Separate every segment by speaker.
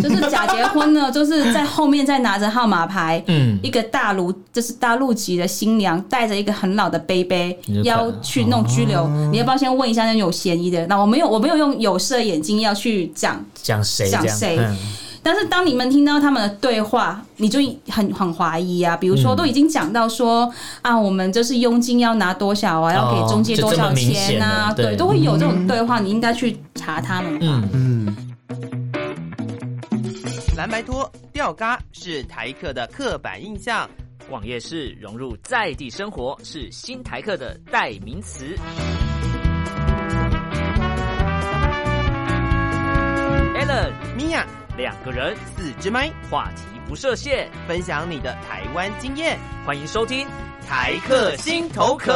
Speaker 1: 就是假结婚呢，就是在后面再拿着号码牌，
Speaker 2: 嗯，
Speaker 1: 一个大陆就是大陆籍的新娘带着一个很老的背背
Speaker 2: 你就看哦
Speaker 1: 要去弄拘留，你要不要先问一下那有嫌疑的？那我没有我没有用有色眼镜要去讲，
Speaker 2: 讲谁这
Speaker 1: 讲
Speaker 2: 样？
Speaker 1: 谁
Speaker 2: 嗯
Speaker 1: 但是当你们听到他们的对话，你就很很怀疑啊。比如
Speaker 2: 嗯
Speaker 1: 说，都已经讲到说、啊，我们就是佣金要拿多少啊，要给中介多少钱啊，
Speaker 2: 哦就这么明显了对
Speaker 1: 对，都会有这种对话，你应该去查他们。
Speaker 2: 嗯，
Speaker 3: 嗯，
Speaker 4: 蓝白拖、吊嘎是台客的刻板印象。
Speaker 5: 逛夜市融入在地生活是新台客的代名词。Allen
Speaker 4: 米娅，
Speaker 5: 两个人
Speaker 4: 四支麦，
Speaker 5: 话题不设限，
Speaker 4: 分享你的台湾经验，
Speaker 5: 欢迎收听。
Speaker 4: 台客心头壳。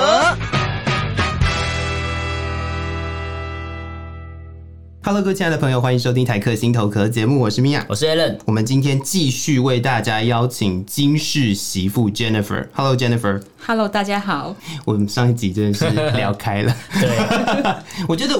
Speaker 3: Hello，各位亲爱的朋友，欢迎收听台客心头壳节目，我是米娅。
Speaker 2: 我是 Allen，
Speaker 3: 我们今天继续为大家邀请金氏媳妇 Jennifer。Hello Jennifer，
Speaker 1: Hello，大家好，
Speaker 3: 我们上一集真的是聊开 了，
Speaker 2: 对，
Speaker 3: 我觉得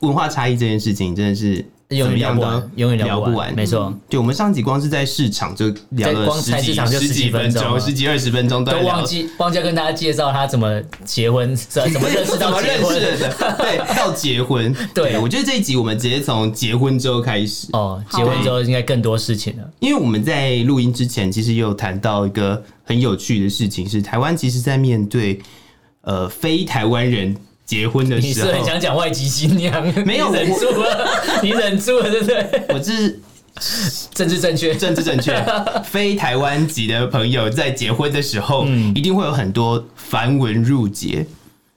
Speaker 3: 文化差异这件事情真的是
Speaker 2: 永远聊不完，永远
Speaker 3: 聊
Speaker 2: 聊不完，
Speaker 3: 完。
Speaker 2: 没错，
Speaker 3: 对，我们上集光是在市场就聊
Speaker 2: 在
Speaker 3: 了
Speaker 2: 光
Speaker 3: 十
Speaker 2: 菜
Speaker 3: 几
Speaker 2: 市场就
Speaker 3: 十
Speaker 2: 十几
Speaker 3: 几
Speaker 2: 分钟啊
Speaker 3: 钟、十几二十分钟都在
Speaker 2: 都
Speaker 3: 聊
Speaker 2: 忘记忘记要跟大家介绍他怎么结婚，怎怎么认识
Speaker 3: 怎
Speaker 2: 到
Speaker 3: 么
Speaker 2: 结
Speaker 3: 认
Speaker 2: 婚
Speaker 3: 识的？对，到结婚。
Speaker 2: 对
Speaker 3: 我觉得这一集我们直接从结婚之后开始，
Speaker 2: 哦，结婚之后应该更多事情了。
Speaker 3: 因为我们在录音之前，其实也有谈到一个很有趣的事情，是台湾其实在面对呃非台湾人结婚的
Speaker 2: 你
Speaker 3: 时
Speaker 2: 是
Speaker 3: 候，
Speaker 2: 很 想讲外籍新娘？
Speaker 3: 没有
Speaker 2: 你忍
Speaker 3: 我
Speaker 2: 住了，你忍住了，对不对？
Speaker 3: 我是
Speaker 2: 政治正确，
Speaker 3: 政治正 确，非台湾籍的朋友在结婚的时候，一定会有很多繁文缛节。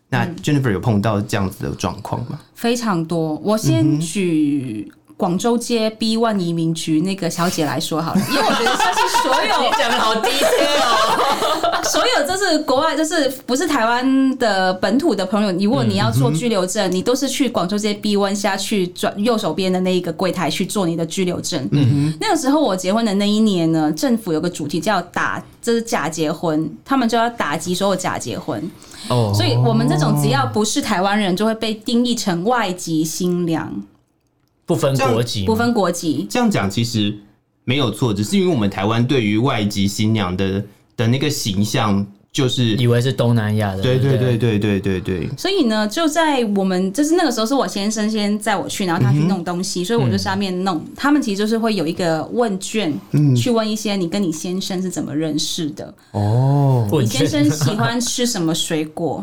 Speaker 3: 那 Jennifer 有碰到这样子的状况吗？
Speaker 1: 非常多。我先举。广州街 B One 移民局那个小姐来说好了，因为我觉得相信所有
Speaker 2: 你讲的好低 e 哦。
Speaker 1: 所有就是国外，就是不是台湾的本土的朋友，如果你要做居留证，你都是去广州街 B 湾下去转右手边的那一个柜台去做你的居留证。嗯那个时候我结婚的那一年呢，政府有个主题叫打，这是假结婚，他们就要打击所有假结婚，
Speaker 2: 哦
Speaker 1: 所以我们这种只要不是台湾人，就会被定义成外籍新娘，
Speaker 2: 不分国籍，
Speaker 1: 不分国籍。
Speaker 3: 这样讲其实没有错，只是因为我们台湾对于外籍新娘的的那个形象，就是
Speaker 2: 以为是东南亚的，
Speaker 3: 对
Speaker 2: 不
Speaker 3: 对对对对对对，
Speaker 1: 所以呢，就在我们就是那个时候，是我先生先载我去，然后他去弄东西，所以我就下面弄。他们其实就是会有一个问卷，去问一些你跟你先生是怎么认识的，
Speaker 3: 哦，
Speaker 2: 混
Speaker 1: 你
Speaker 2: 血
Speaker 1: 先生喜欢吃什么水果，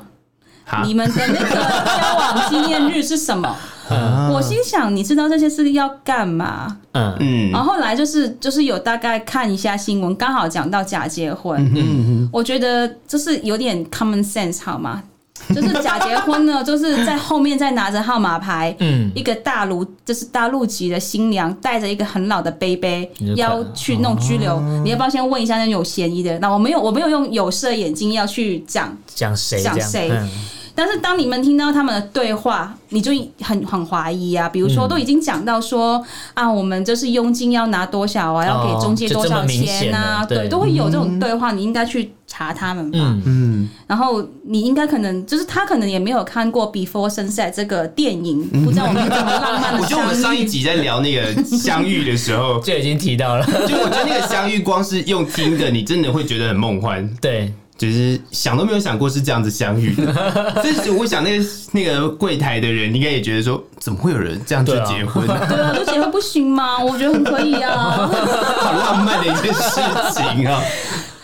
Speaker 3: 哈
Speaker 1: 你们的那个交往纪念日是什 么？
Speaker 3: 啊
Speaker 1: 我心想，你知道这些是要干嘛？
Speaker 2: 嗯，
Speaker 3: 嗯
Speaker 1: 然后后来就是就是有大概看一下新闻，刚好讲到假结婚，
Speaker 3: 嗯
Speaker 1: 我觉得就是有点 common sense 好吗？就是假结婚呢，就是在后面再拿着号码牌，
Speaker 2: 嗯
Speaker 1: 一个大陆就是大陆籍的新娘带着一个很老的背背
Speaker 2: 你就看
Speaker 1: 要去弄拘留，
Speaker 2: 哦
Speaker 1: 你要不要先问一下那有嫌疑的？那我没有我没有用有色眼镜要去讲，
Speaker 2: 讲谁这
Speaker 1: 讲
Speaker 2: 样？
Speaker 1: 谁
Speaker 2: 嗯
Speaker 1: 但是当你们听到他们的对话，你就很很怀疑啊。比如说，都已经讲到说、啊，我们就是佣金要拿多少啊，要给中介多少钱啊，
Speaker 2: 哦就这么明显了对
Speaker 1: 对，都会有这种对话，你应该去查他们吧。
Speaker 2: 嗯，
Speaker 3: 嗯，
Speaker 1: 然后你应该可能就是他可能也没有看过《Before Sunset》这个电影，不知道我们怎么浪漫的。
Speaker 3: 嗯我觉得我们上一集在聊那个相遇的时候，
Speaker 2: 就已经提到了，
Speaker 3: 就我觉得那个相遇，光是用听的，你真的会觉得很梦幻，
Speaker 2: 对，
Speaker 3: 就是想都没有想过是这样子相遇的。所以我想，那个那个柜台的人应该也觉得说，怎么会有人这样去
Speaker 2: 对啊
Speaker 3: 结婚、
Speaker 1: 对啊，都结婚不行吗？我觉得很可以啊。
Speaker 3: 好浪漫的一件事情啊！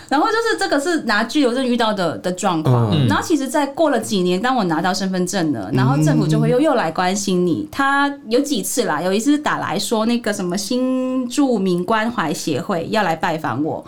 Speaker 1: 然后就是这个是拿居留证遇到的的状况，
Speaker 2: 嗯
Speaker 1: 然后其实，在过了几年，当我拿到身份证了，然后政府就会又又来关心你。他有几次啦，有一次打来说那个什么新住民关怀协会要来拜访我，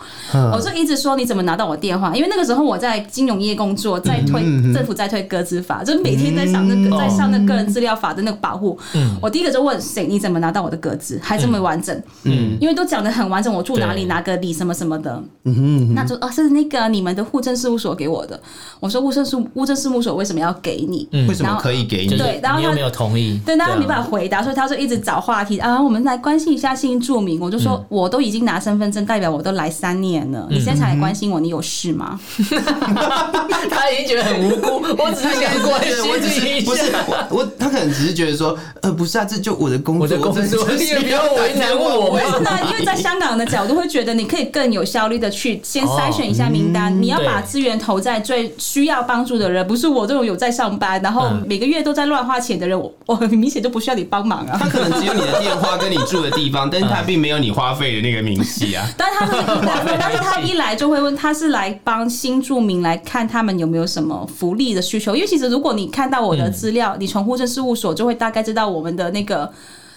Speaker 1: 我就一直说你怎么拿到我电话？因为那个时候我在金融业工作，在推、政府在推个资法，就是每天在想那个、在上那个个人资料法的那个保护。我第一个就问谁你怎么拿到我的格子，还这么完整？
Speaker 3: 嗯
Speaker 1: 因为都讲的很完整，我住哪里
Speaker 2: 对
Speaker 1: 哪个里什么什么的。
Speaker 3: 嗯，
Speaker 1: 那就啊是那个你们的户政事务所给我的。我说户政事户政事务所为什么要给你？
Speaker 3: 为什
Speaker 1: 然
Speaker 3: 么
Speaker 1: 后
Speaker 3: 可以给
Speaker 2: 就
Speaker 3: 你？
Speaker 2: 是
Speaker 1: 对然后
Speaker 2: 你
Speaker 1: 他
Speaker 2: 有没有同意？
Speaker 1: 对，那他没
Speaker 2: 嗯啊
Speaker 1: 办法回答，所以他就一直找话题啊。我们来关心一下新住民，我就
Speaker 2: 嗯
Speaker 1: 说、我都已经拿身份证，代表我都来三年了，你现
Speaker 2: 嗯
Speaker 1: 在才来关心我，你有事吗？
Speaker 2: 他已经觉得很无辜，我只是想关
Speaker 3: 对 我只
Speaker 2: 心你一
Speaker 3: 是不是
Speaker 2: 下。
Speaker 3: 我我他可能只是觉得说，呃，不是啊，这就我的工作，
Speaker 2: 我的工作
Speaker 3: 真的
Speaker 2: 你
Speaker 3: 是
Speaker 2: 也不要为难我
Speaker 3: 为
Speaker 1: 真啊的，因为在香港的角度会觉得你可以更有效率的去先筛选一下名单，你要把
Speaker 2: 哦嗯对
Speaker 1: 资源投在最需要帮助的人，不是我这种有在上班，然后
Speaker 2: 嗯
Speaker 1: 每个月都在乱花钱的人，我我很明显就不需要你帮忙啊。
Speaker 3: 他可能只有你的电话跟你住的地方，但是
Speaker 2: 哎
Speaker 3: 他并没有你花费的那个明细啊。
Speaker 1: 但他们， 但是他一来就会问，他是来帮新住民来看他们有没有什么福利的需求，因为其实如果你看到我的资料，你从户政事务所就会大概知道我们的那个。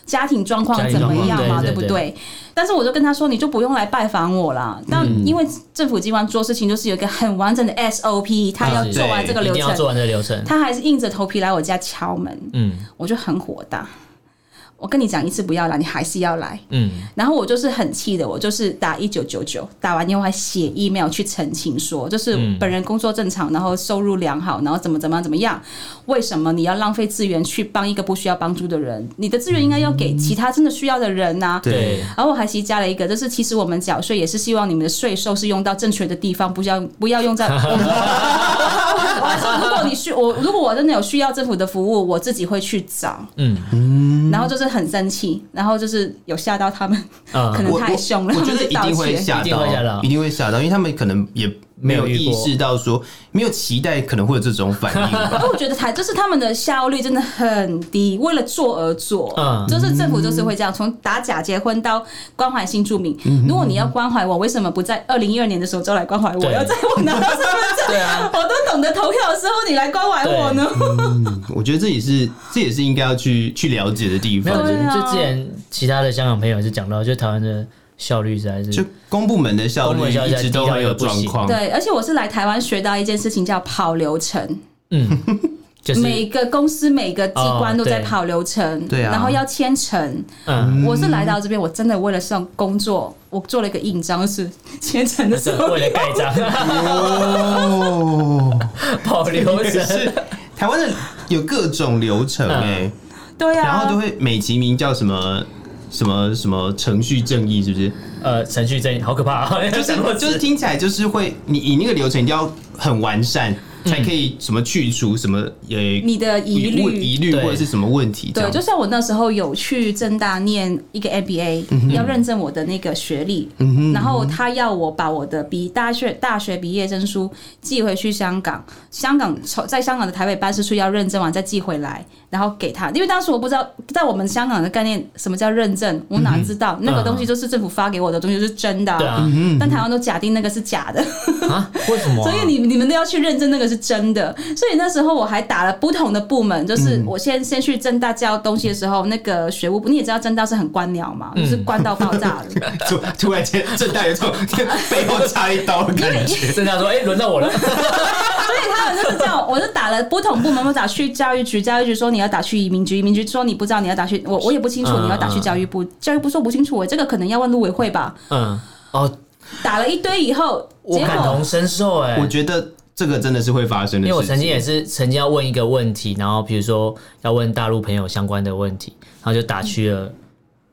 Speaker 1: 家庭状况怎么样嘛，
Speaker 2: 家庭状况对
Speaker 1: 不
Speaker 2: 对嗯
Speaker 1: 对？但是我就跟他说，你就不用来拜访我啦。但因为政府机关做事情就是有一个很完整的 SOP，他要
Speaker 2: 嗯
Speaker 1: 做完
Speaker 3: 对
Speaker 1: 这个
Speaker 2: 一
Speaker 1: 流
Speaker 2: 定要做
Speaker 1: 程，
Speaker 2: 完这个流程。
Speaker 1: 他还是硬着头皮来我家敲门，
Speaker 2: 嗯
Speaker 1: 我就很火大。我跟你讲一次不要来，你还是要来。
Speaker 2: 嗯，
Speaker 1: 然后我就是很气的，我就是打一九九九，打完以后还写 email 去澄清说，就是
Speaker 2: 嗯
Speaker 1: 本人工作正常，然后收入良好，然后怎么怎么样怎么样，为什么你要浪费资源去帮一个不需要帮助的人？你的资源应该要给其他真的需要的人啊呐、
Speaker 2: 嗯对，
Speaker 1: 然后我还其实加了一个，就是其实我们缴税也是希望你们的税收是用到正确的地方，不要不要用在。我们我还说，如果你需我如果我真的有需要政府的服务，我自己会去找。
Speaker 2: 嗯
Speaker 1: 然后就是很生气，然后就是有吓到他们。
Speaker 2: 啊
Speaker 1: 可能
Speaker 3: 我
Speaker 1: 太凶了
Speaker 3: 我我觉
Speaker 1: 他们
Speaker 3: 得
Speaker 1: 就
Speaker 3: 一定会
Speaker 1: 道歉
Speaker 3: 吓
Speaker 2: 一定会吓
Speaker 3: 到，
Speaker 2: 到
Speaker 3: 一定会吓到，因为他们可能也没有
Speaker 2: 没有遇
Speaker 3: 意
Speaker 2: 过
Speaker 3: 识到说，没有期待可能会有这种反 应吧。
Speaker 1: 但我觉得台就是他们的效率真的很低，为了做而做，
Speaker 2: 嗯
Speaker 1: 就是政府就是会这样，从打假结婚到关怀新住民。
Speaker 2: 嗯
Speaker 1: 如果你要关怀我，为什么不在二零一二年的时候就来关怀我？
Speaker 2: 对
Speaker 1: 要在我拿到身份证，
Speaker 2: 对啊
Speaker 1: 我都懂得投票的时候，你来关怀我呢？
Speaker 3: 嗯我觉得这也是这也是应该要去去了解的地
Speaker 2: 没有，
Speaker 3: 方
Speaker 2: 就，
Speaker 1: 对啊
Speaker 2: 就之前其他的香港朋友也是讲到，就台湾的效率实在是
Speaker 3: 就公部门的效
Speaker 2: 公部
Speaker 3: 率
Speaker 2: 门效率
Speaker 3: 一直都很有状
Speaker 2: 嗯
Speaker 3: 况。
Speaker 1: 对，而且我是来台湾学到一件事情，叫跑流程。
Speaker 2: 嗯，就是哦
Speaker 1: 每个公司、每个机关都在跑流程，
Speaker 3: 对啊
Speaker 1: 然后要签呈。
Speaker 2: 嗯，
Speaker 1: 我是来到这边，我真的为了上工作，我做了一个印章，就是签呈的时
Speaker 2: 是
Speaker 1: 候
Speaker 2: 为了盖章
Speaker 3: 哦，
Speaker 2: 跑流程，
Speaker 3: 是台湾的有各种流程
Speaker 2: 嗯
Speaker 3: 哎、
Speaker 1: 对啊，
Speaker 3: 然后就会美其名叫什么什么什么程序正义，是不是？
Speaker 2: 呃，程序正义好可怕 啊，
Speaker 3: 就
Speaker 2: 讲过
Speaker 3: 是就是
Speaker 2: 字
Speaker 3: 听起来就是会，你你那个流程一定要很完善，才可以什么去除什么呃
Speaker 1: 你的疑虑
Speaker 3: 问疑虑
Speaker 2: 对
Speaker 3: 或者是什么问题这
Speaker 1: 对，
Speaker 3: 样。
Speaker 1: 就像我那时候有去正大念一个 MBA，、要
Speaker 3: 嗯
Speaker 1: 认证我的那个学历，然后他要我把我的毕大学大学毕业证书寄回去香港，香港从在香港的台北办事处要认证完再寄回来，然后给他，因为当时我不知道在我们香港的概念什么叫认证，我哪知道、
Speaker 3: 嗯
Speaker 1: 那个东西就是政府发给我的东西就是真的、
Speaker 2: 对啊，
Speaker 1: 但台湾都假定那个是假的，
Speaker 2: 啊，为什么啊？
Speaker 1: 所 以你你们都要去认证那个是真的。所以那时候我还打了不同的部门，
Speaker 2: 嗯
Speaker 1: 就是我先先去正大教东西的时候，那个学务部你也知道正大是很官僚嘛，
Speaker 2: 嗯
Speaker 1: 就是官到爆 炸的。
Speaker 3: 突突然间，正大有种 背后插一刀的 感觉。
Speaker 2: 正大说，哎，轮到我了，
Speaker 1: 所以他们就是这样，我就打了不同部门，我打去教育局，教育局说你要打去移民局，移民局说你不知道你要打去，我我也不清楚
Speaker 2: 嗯
Speaker 1: 你要打去教育部，教育部说不清楚，欸我这个可能要问陆委会吧。
Speaker 2: 嗯，哦，
Speaker 1: 打了一堆以后，
Speaker 2: 我
Speaker 1: 结
Speaker 2: 感同
Speaker 1: 果
Speaker 2: 身受，哎，
Speaker 3: 我觉得这个真的是会发生的事情，
Speaker 2: 因为我曾经也是曾经要问一个问题，然后比如说要问大陆朋友相关的问题，然后就打去了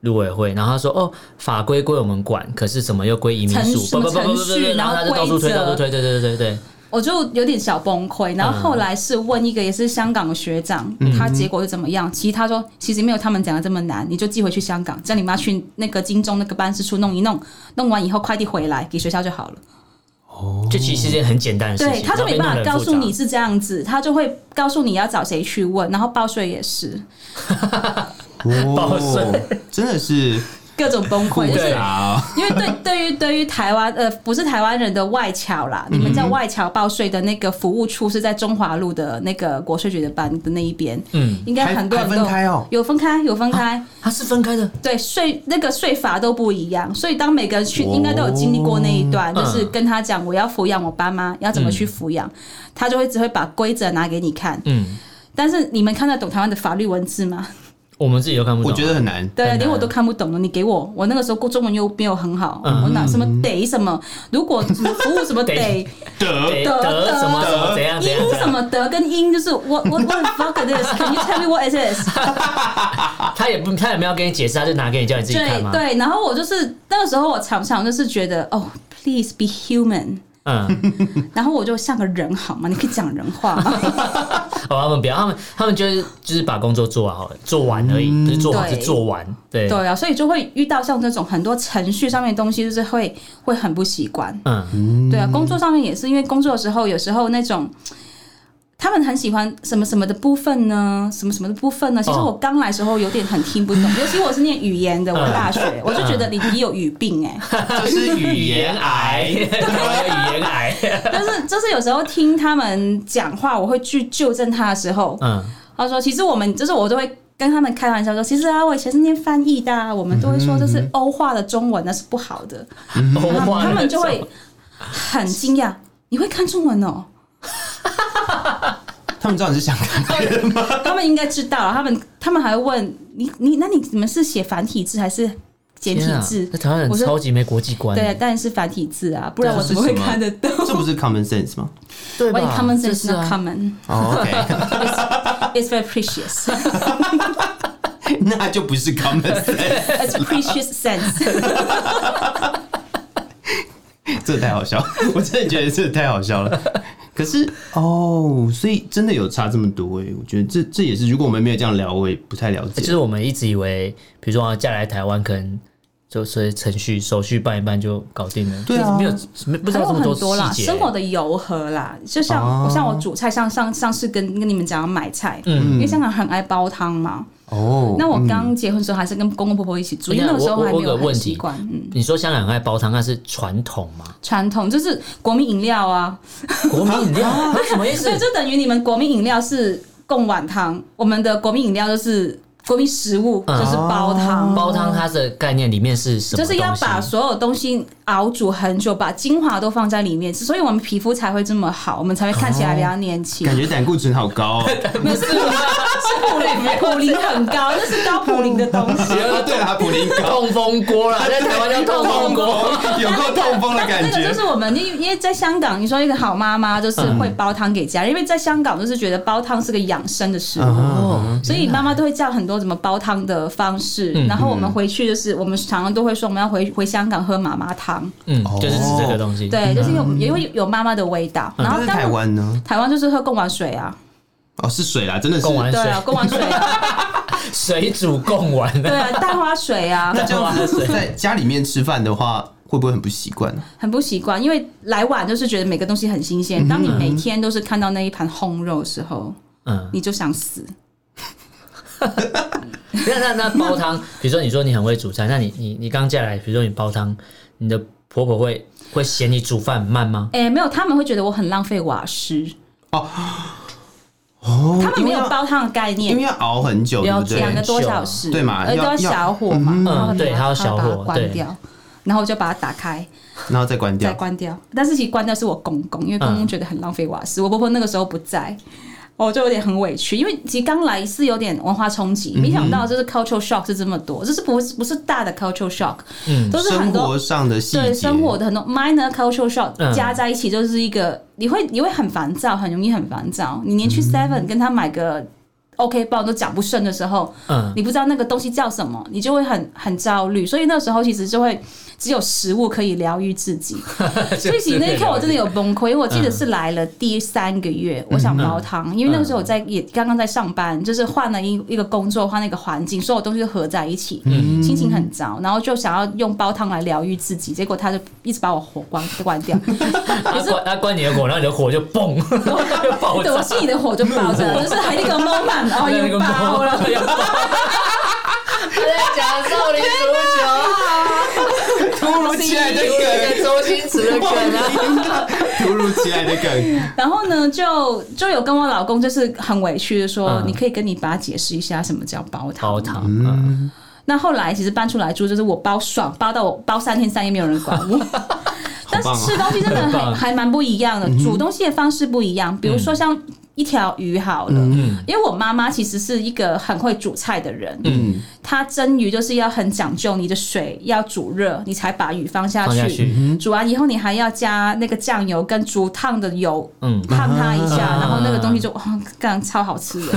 Speaker 2: 陆委会，然后他说哦，法规归我们管，可是什么又归移民
Speaker 1: 程
Speaker 2: 署，
Speaker 1: 什
Speaker 2: 不
Speaker 1: 么
Speaker 2: 不不不不不
Speaker 1: 程序
Speaker 2: 不，然后他就到处推，
Speaker 1: 然后
Speaker 2: 到处推，对对对对对，
Speaker 1: 我就有点小崩溃。然后后来是问一个也是香港的学长，
Speaker 2: 嗯
Speaker 1: 他结果是怎么样？其实他说，其实没有他们讲的这么难，你就寄回去香港，叫你妈去那个金钟那个办事处弄一弄，弄完以后快递回来给学校就好了。
Speaker 2: 就其实是一件很简单的事
Speaker 1: 对，
Speaker 2: 情，
Speaker 1: 他就没
Speaker 2: 然后
Speaker 1: 办法
Speaker 2: 被弄得
Speaker 1: 告
Speaker 2: 很复杂
Speaker 1: 诉你是这样子，他就会告诉你要找谁去问，然后报税也是
Speaker 2: 报税
Speaker 3: 哦， 真的是
Speaker 1: 各种崩溃，就
Speaker 2: 对
Speaker 1: 是
Speaker 3: 啊，
Speaker 1: 因为对对于对于台湾呃不是台湾人的外侨啦，你们叫外侨报税的那个服务处是在中华路的那个国税局的办的那一边，
Speaker 2: 嗯，
Speaker 1: 应该
Speaker 3: 还
Speaker 1: 很多人
Speaker 3: 还
Speaker 1: 都
Speaker 3: 分开哦啊
Speaker 1: 有分开有分开，
Speaker 2: 它是分开的，
Speaker 1: 对税那个税法都不一样，所以当每个人去
Speaker 3: 哦
Speaker 1: 应该都有经历过那一段，
Speaker 2: 嗯
Speaker 1: 就是跟他讲我要抚养我爸妈，要怎么去抚养，
Speaker 3: 嗯
Speaker 1: 他就会只会把规则拿给你看，
Speaker 2: 嗯，
Speaker 1: 但是你们看得懂台湾的法律文字吗？
Speaker 2: 我们自己都看不懂。
Speaker 3: 我觉得很难。
Speaker 2: 很
Speaker 1: 对，啊
Speaker 2: 难
Speaker 1: 连我都看不懂了。你给我，我那个时候中文又没有很好，
Speaker 3: 嗯
Speaker 1: 我哪什么得什么，如果什么服务什么得
Speaker 2: 得
Speaker 3: 得
Speaker 2: 哎得
Speaker 1: 得
Speaker 2: 得什么什么怎样怎样
Speaker 1: 音
Speaker 2: 怎
Speaker 1: 什
Speaker 2: 样，
Speaker 1: 么得跟音，就是 what what what the fuck is this？Can you tell me what is this？
Speaker 2: 他也不他也没有跟你解释，他就拿给你叫你自己看
Speaker 1: 对
Speaker 2: 嘛。
Speaker 1: 对，然后我就是那个时候，我常常就是觉得，哦，please be human，
Speaker 2: 嗯，
Speaker 1: 然后我就像个人好吗？你可以讲人话吗？
Speaker 2: 哦，他们不要，他们他们就是就是把工作做好，做完而已，不是做好，是
Speaker 1: 对
Speaker 2: 做完。对，
Speaker 1: 嗯对啊，所以就会遇到像这种很多程序上面的东西，就是会会很不习惯。
Speaker 2: 嗯，
Speaker 1: 对啊，工作上面也是，因为工作的时候有时候那种。他们很喜欢什么什么的部分呢？什么什么的部分呢？其实
Speaker 2: 哦
Speaker 1: 我刚来时候有点很听不 懂，尤其我是念语言的，我大
Speaker 2: 嗯
Speaker 1: 学我就觉得你你有语病哎、
Speaker 3: 就是语
Speaker 2: 语言
Speaker 3: 言
Speaker 2: 癌，
Speaker 3: 癌。
Speaker 2: 台湾有语言 癌。
Speaker 1: 但是就是有时候听他们讲话，我会去纠正他的时候，
Speaker 2: 嗯，
Speaker 1: 他说：“其实我们就是我都会跟他们开玩笑说，其实啊，我以前是念翻译的、啊，我们都会说这
Speaker 2: 嗯
Speaker 1: 是欧化的中文，那是不好的。
Speaker 2: 欧
Speaker 1: 然后
Speaker 2: 化
Speaker 1: 他
Speaker 2: 那
Speaker 1: 们就会
Speaker 2: 种
Speaker 1: 很惊讶，你会看中文 哦？
Speaker 3: 他们知道你是香港人吗？
Speaker 1: 他们应该知道了。啊他们他们还会问你，你那你你们是写繁体字还是简体
Speaker 2: 天啊
Speaker 1: 字？
Speaker 2: 那台湾人
Speaker 1: 我说
Speaker 2: 超级没国际观。
Speaker 1: 对啊，当然是繁体字啊，不然我怎么会看得到？
Speaker 3: 这不是 common sense 吗？
Speaker 2: 对吧
Speaker 1: 我 common sense
Speaker 2: 这是
Speaker 1: not
Speaker 2: 啊
Speaker 1: common,
Speaker 3: 哦 ，OK，
Speaker 1: it's very precious,
Speaker 3: 那就不是 common sense，
Speaker 1: it's precious sense。
Speaker 3: 这太好笑， 我真的觉得这太好笑了。可是哦，所以真的有差这么多哎、我觉得这这也是，如果我们没有这样聊，我也不太了解。
Speaker 2: 就是我们一直以为，比如说啊嫁来台湾，可能就是程序手续办一办就搞定了，
Speaker 3: 对啊
Speaker 2: 没有没不知
Speaker 1: 还
Speaker 2: 道
Speaker 1: 有
Speaker 2: 这么
Speaker 1: 很多啦，
Speaker 2: 细节。
Speaker 1: 生活的柔和啦，就像、
Speaker 3: 哦
Speaker 1: 像我煮菜，像上上次跟跟你们讲买菜，
Speaker 2: 嗯
Speaker 1: 因为香港很爱煲汤嘛。
Speaker 3: 哦，
Speaker 1: 那我刚结婚的时候还是跟公公婆婆一起住，因为那个时候还没
Speaker 2: 嗯我我有
Speaker 1: 有
Speaker 2: 个问
Speaker 1: 很
Speaker 2: 题
Speaker 1: 习惯。嗯，
Speaker 2: 你说香港很爱煲汤，那是传统嘛？
Speaker 1: 传统就是国民饮料啊，
Speaker 2: 国民饮料、啊、什么意思
Speaker 1: 所？以就等于你们国民饮料是贡碗汤，我们的国民饮料就是国民食物，就
Speaker 2: 嗯
Speaker 1: 是煲汤。
Speaker 2: 煲汤它的概念里面是什么
Speaker 1: 就
Speaker 2: 东西？
Speaker 1: 是要把所有东西熬煮很久，把精华都放在里面，所以我们皮肤才会这么好，我们才会看起来比较年轻。
Speaker 3: 感觉胆固醇好高哦。
Speaker 1: 没有是普林，是普林，普林很高，那是高普林的东西。
Speaker 3: 啊， 对了，普林高，
Speaker 2: 痛风 锅啦，在台湾叫痛风锅。
Speaker 3: 有够痛风的 感
Speaker 1: 那个
Speaker 3: 觉
Speaker 1: 就是。我们，因为因为在香港，你说一个好妈妈就是
Speaker 3: 嗯
Speaker 1: 会煲汤给家人，因为在香港就是觉得煲汤是个养生的食物，
Speaker 3: 哦，
Speaker 1: 所以妈妈都会教很多怎么煲汤的方式。
Speaker 3: 嗯
Speaker 1: 然后我们回去就是，我们常常都会说我们要回回香港喝妈妈汤，
Speaker 2: 嗯
Speaker 3: 哦，
Speaker 2: 就是指这个东西。
Speaker 1: 对，就是因为我们也会有妈妈的味道。然后
Speaker 3: 那在
Speaker 1: 当
Speaker 3: 嗯台湾呢？
Speaker 1: 台湾就是喝贡丸水啊，
Speaker 3: 哦，是水啦，真的是
Speaker 2: 贡。丸
Speaker 1: 对啊，
Speaker 2: 水，
Speaker 1: 贡丸水 啊，
Speaker 2: 水煮贡 丸
Speaker 1: 对啊，蛋花水啊，
Speaker 3: 那这样子在家里面吃饭的话，会不会很不习惯呢？
Speaker 1: 很不习惯，因为来晚就是觉得每个东西很新
Speaker 3: 嗯
Speaker 1: 鲜。当你每天都是看到那一盘烘肉的时候，
Speaker 2: 嗯，
Speaker 1: 你就想死。
Speaker 2: 那那那煲汤，比如说你说你很会煮菜，那你你你刚嫁来，比如说你煲汤，你的婆婆会会嫌你煮饭慢吗？
Speaker 1: 哎、没有，他们会觉得我很浪费瓦斯，
Speaker 3: 哦，
Speaker 1: 他们没
Speaker 3: 因
Speaker 1: 有
Speaker 3: 为要，
Speaker 1: 煲汤的概
Speaker 3: 因为
Speaker 1: 念，
Speaker 3: 要熬很久，对
Speaker 2: 要
Speaker 3: 不
Speaker 1: 两
Speaker 3: 对
Speaker 1: 个？多小时，
Speaker 3: 对嘛
Speaker 1: 而都
Speaker 3: 要
Speaker 1: 要小火嘛，
Speaker 3: 嗯
Speaker 1: 然后
Speaker 2: 对
Speaker 1: 它
Speaker 2: 它要小火
Speaker 1: 把它
Speaker 2: 对
Speaker 1: 关掉，然后我就把它打开，
Speaker 3: 然后再关
Speaker 1: 再
Speaker 3: 掉。
Speaker 1: 关掉。但是其实关掉是我公公，因为公公
Speaker 3: 嗯
Speaker 1: 觉得很浪费瓦斯，我婆婆那个时候不在。我就有点很委屈，因为其实刚来是有点文化冲
Speaker 3: 嗯
Speaker 1: 击，没想到就是 cultural shock 是这么多，就是不是不是大的 cultural shock，
Speaker 2: 嗯
Speaker 1: 都是
Speaker 3: 生
Speaker 1: 很多
Speaker 3: 活上的细节，
Speaker 1: 对生活的很多 minor cultural shock
Speaker 2: 嗯
Speaker 1: 加在一起，就是一个、你会你会很烦躁，很容易很烦躁。你连去
Speaker 3: 嗯
Speaker 1: Seven 跟他买个 OK 包都讲不顺的时候，
Speaker 2: 嗯，
Speaker 1: 你不知道那个东西叫什么，你就会很很焦虑。所以那时候其实就会只有食物可以疗愈自己。所以其实那一刻我真的有崩溃，因为我记得是来了第三个月，我想煲汤，因为那个时候我在也刚刚在上班，就是换了一一个工作，换了一个环境，所有东西都合在一起，心情很糟，然后就想要用煲汤来疗愈自己，结果他就一直把我火关关掉，
Speaker 2: 他关他关你的火， 然后你的火就嘣就爆
Speaker 1: 对我
Speaker 2: 炸，
Speaker 1: 心里的火就爆炸，就是还 那个 moment，然后
Speaker 2: 那
Speaker 1: 哦又
Speaker 2: 个
Speaker 1: 爆了。
Speaker 2: 锅要爆。他在讲少林足球，
Speaker 3: 突如其来的梗，
Speaker 2: 周星驰的梗啊。
Speaker 3: 突如其来的梗，
Speaker 1: 然后呢，就就有跟我老公就是很委屈的说，
Speaker 2: 嗯
Speaker 1: 你可以跟你爸解释一下什么叫煲汤。
Speaker 2: 煲汤，嗯
Speaker 1: 那后来其实搬出来住，就是我包爽，包到我包三天三夜没有人管 我。但是
Speaker 3: 棒哦
Speaker 1: 吃东西真的
Speaker 2: 很棒 嗯
Speaker 1: 还还蛮不一样的，煮东西的方式不一样。比如说像一条鱼好了，因为我妈妈其实是一个很会煮菜的人，嗯，她蒸鱼就是要很讲究，你的水要煮热，你才把鱼放下
Speaker 2: 放
Speaker 1: 去，
Speaker 2: 下去嗯
Speaker 1: 煮完以后你还要加那个酱油跟煮烫的油，
Speaker 2: 嗯
Speaker 1: 烫它一下，
Speaker 2: 啊
Speaker 1: 然后那个东西就哇，干超好吃的。